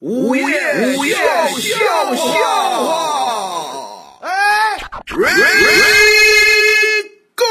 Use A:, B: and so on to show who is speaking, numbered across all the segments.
A: 午夜午夜笑笑话，哎，Ready Go！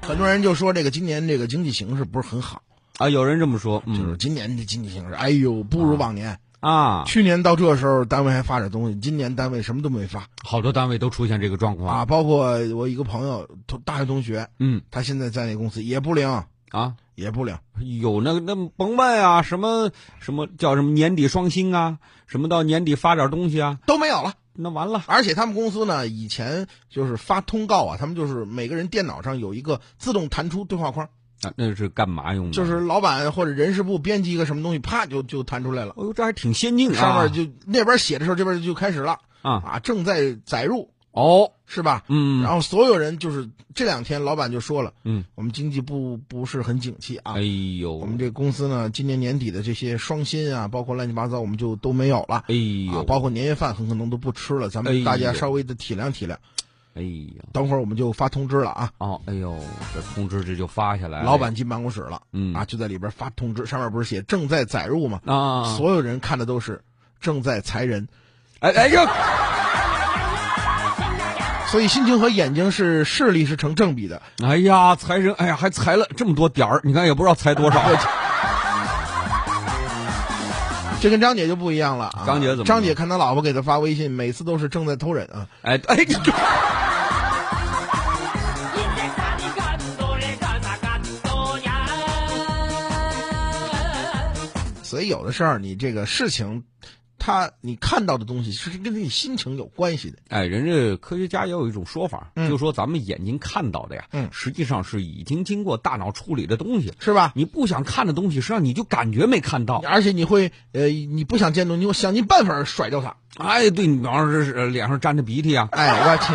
B: 很多人就说这个今年这个经济形势不是很好，
C: 啊，有人这么说，
B: 就
C: 嗯
B: 是今年的经济形势，哎呦，不如往年。
C: 啊，
B: 去年到这时候，单位还发点东西，今年单位什么都没发
C: 好多单位都出现这个状况
B: 啊。包括我一个朋友，同大学同学，
C: 嗯
B: 他现在在那公司也不领，
C: 啊，
B: 也不领。
C: 有那个那甭问啊，什么什么叫什么年底双薪啊，什么到年底发点东西啊，
B: 都没有了，
C: 那完了
B: 而且他们公司呢，以前就是发通告啊，他们就是每个人电脑上有一个自动弹出对话框，
C: 啊，那是干嘛用的？
B: 就是老板或者人事部编辑一个什么东西，啪就就弹出来了，
C: 哎呦，这还挺先进啊，
B: 上面就那边写的时候，这边就开始了
C: 啊
B: 啊，正在载入
C: 哦，
B: 是吧？
C: 嗯
B: 然，后所有人就是这两天，老板就说了，
C: 嗯，
B: 我们经济不不是很景气啊
C: 哎，呦，
B: 我们这公司呢，今年年底的这些双薪啊，包括乱七八糟，我们就都没有了。
C: 哎呦，
B: 啊，包括年夜饭很可能都不吃了，咱
C: 哎
B: 们
C: 呦
B: 大家稍微的体谅体谅。
C: 哎呦，
B: 等会儿我们就发通知了啊，
C: 哦，哎呦，这通知这就发下来了，
B: 老板进办公室了，
C: 哎嗯
B: 啊，就在里边发通知，上面不是写正在载入吗？
C: 啊，
B: 所有人看的都是正在裁人，
C: 哎哎呦，
B: 所以心情和眼睛是视力是成正比的。
C: 哎呀，裁人，哎呀，还裁了这么多点儿，你看也不知道裁多少。
B: 啊这跟张姐就不一样了啊！
C: 张姐怎么了
B: 张姐看她老婆给她发微信，每次都是正在偷人啊。
C: 哎哎，你这
B: 所以有的时候你这个事情，他你看到的东西是跟你心情有关系的。
C: 哎，人家科学家也有一种说法，
B: 嗯
C: 就说咱们眼睛看到的呀，
B: 嗯
C: 实际上是已经经过大脑处理的东西。
B: 是吧？
C: 你不想看的东西，实际上你就感觉没看到。
B: 而且你会呃，你不想见到，你会想尽办法甩掉它。
C: 哎，对你，比方说是呃脸上沾着鼻涕啊，
B: 哎，我去！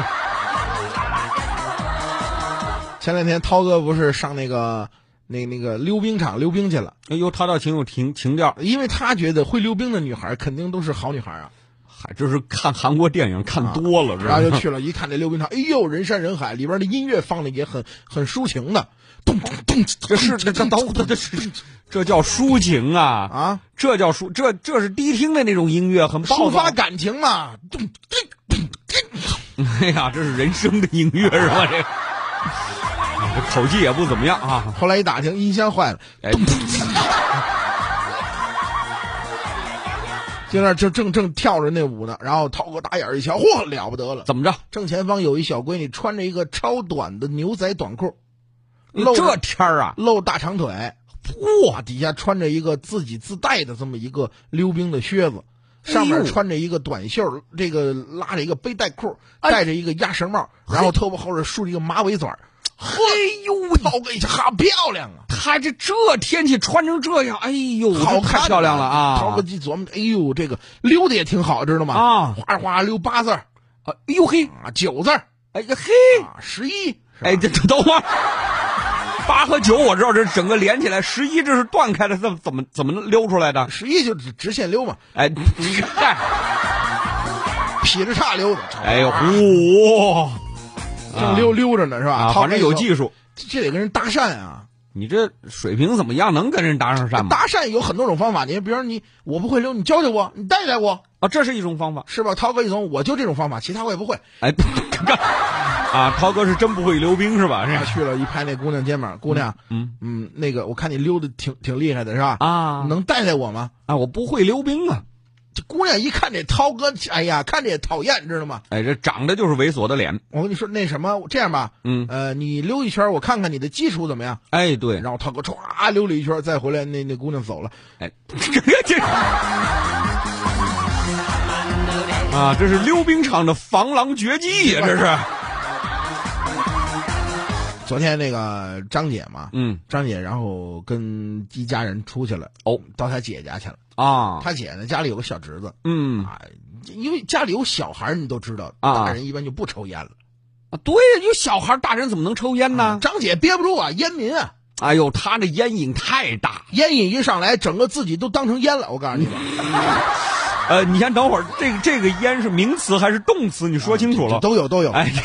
B: 前两天涛哥不是上那个那那个溜冰场溜冰去了，
C: 哎呦，他倒挺有情情调，
B: 因为他觉得会溜冰的女孩肯定都是好女孩啊，
C: 还这是看韩国电影看多了，
B: 然后就
C: 是吧？
B: 啊哎去了，一看这溜冰场，哎呦，人山人海，里边的音乐放的也很很抒情的，咚咚咚，
C: 这是这这都这这是这叫抒情啊！
B: 啊，
C: 这叫抒这这是迪厅的那种音乐，很暴
B: 抒发
C: 躁。
B: 感情嘛，咚咚咚咚。
C: 哎呀，这是人生的音乐是吧？这个哎这 口技也不怎么样啊。
B: 后来一打听，音箱坏了，
C: 哎，
B: 就那儿正正正跳着那舞呢，然后涛哥打眼儿一瞧，嚯，了不得了！
C: 怎么着？
B: 正前方有一小闺女，穿着一个超短的牛仔短裤，露
C: 这天儿啊，
B: 露大长腿，哇，底下穿着一个自己自带的这么一个溜冰的靴子，上
C: 哎
B: 面
C: 呦
B: 穿着一个短袖，这个拉着一个背带裤，
C: 哎
B: 戴着一个鸭舌帽，然后头发后边竖着一个马尾卷儿，
C: 嘿呦，
B: 涛哥一瞧，好漂亮啊！
C: 他这这天气穿成这样，哎 呦，
B: 好
C: 这太漂亮了
B: 涛
C: 啊
B: 哥！一琢磨，哎呦，这个溜的也挺好，知道吗？
C: 啊
B: 哗哗溜八字儿
C: 哎呦嘿，
B: 啊，九字儿
C: 哎呀嘿，
B: 啊，十一，
C: 哎，这这等会儿。八和九我知道，这整个连起来十一，这是断开的，怎么怎么怎么溜出来的？
B: 十一就直直线溜嘛，
C: 哎，嗨，
B: 劈着叉溜的，
C: 哎呦，嚯！
B: 正溜溜着呢是吧？
C: 啊，
B: 涛哥
C: 反正有
B: 一瞧
C: 技术，
B: 这得跟人搭讪啊！
C: 你这水平怎么样？能跟人搭上讪吗？
B: 搭讪有很多种方法，你比如你我不会溜，你教教我，你带带我，
C: 啊，这是一种方法。
B: 是吧？涛哥一总，我就这种方法，其他我也不会。
C: 哎，啊，涛哥是真不会溜冰是吧？
B: 他
C: 这
B: 去了一拍那姑娘肩膀，姑娘，
C: 哎嗯
B: 嗯，那个我看你溜的挺挺厉害的是吧？
C: 啊
B: 能带带我吗？
C: 啊，我不会溜冰啊。
B: 这姑娘一看这涛哥，哎呀，看着也讨厌，知道吗？
C: 哎，这长得就是猥琐的脸。
B: 我跟你说，那什么，这样吧，
C: 嗯，
B: 呃，你溜一圈，我看看你的基础怎么样。
C: 哎，对，
B: 然后涛哥唰啊溜了一圈，再回来，那那姑娘走了。
C: 哎， 这这啊，这是溜冰场的防狼绝技呀、这是。
B: 昨天那个张姐嘛，
C: 嗯，
B: 张姐然后跟一家人出去了，
C: 哦，
B: 到她姐家去了。
C: 啊，
B: 她姐呢，家里有个小侄子
C: 嗯，
B: 啊，因为家里有小孩儿，你都知道，
C: 啊
B: 大人一般就不抽烟了。
C: 啊对，有小孩，大人怎么能抽烟呢？
B: 张姐憋不住啊，烟民啊，
C: 哎呦，他那烟瘾太大。
B: 烟瘾一上来，整个自己都当成烟了。我告诉你吧，
C: 呃，你先等会儿，这个这个
B: 啊
C: 哎烟是名词还是动词？你说清楚了。
B: 都有都有。
C: 哎，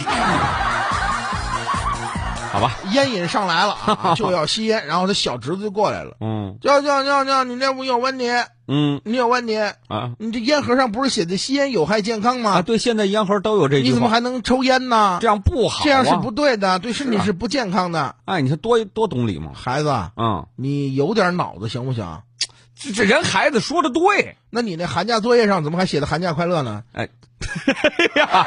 C: 好吧，
B: 烟瘾上来了 啊，就要吸烟，然后他小侄子就过来了，
C: 嗯
B: 叫叫叫叫，你这不有问题？
C: 嗯
B: 你有问题？
C: 啊
B: 你这烟盒上不是写的吸烟有害健康
C: 啊，
B: 吗？
C: 对，现在烟盒都有这
B: 你
C: 句
B: 怎么
C: 话，
B: 还能抽烟呢？
C: 这样不好、啊，
B: 这样是不对的，对身体是不健康的。
C: 哎，你看多多懂礼貌，
B: 孩子啊，
C: 嗯，
B: 你有点脑子行不行？
C: 这这人孩子说的对，
B: 那你那寒假作业上怎么还写的寒假快乐呢？
C: 哎，呀，